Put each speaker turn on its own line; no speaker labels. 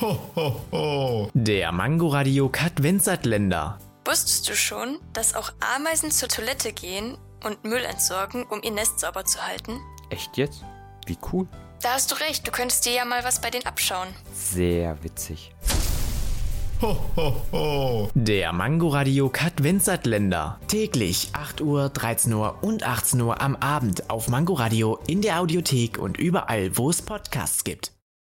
Ho, ho, ho. Der Mangoradiokat Katvensatländer.
Wusstest du schon, dass auch Ameisen zur Toilette gehen und Müll entsorgen, um ihr Nest sauber zu halten?
Echt jetzt? Wie cool.
Da hast du recht, du könntest dir ja mal was bei denen abschauen.
Sehr witzig.
Ho, ho, ho. Der Mangoradiokat Katvensatländer.
Täglich 8 Uhr, 13 Uhr und 18 Uhr am Abend auf Mangoradio in der Audiothek und überall, wo es Podcasts gibt.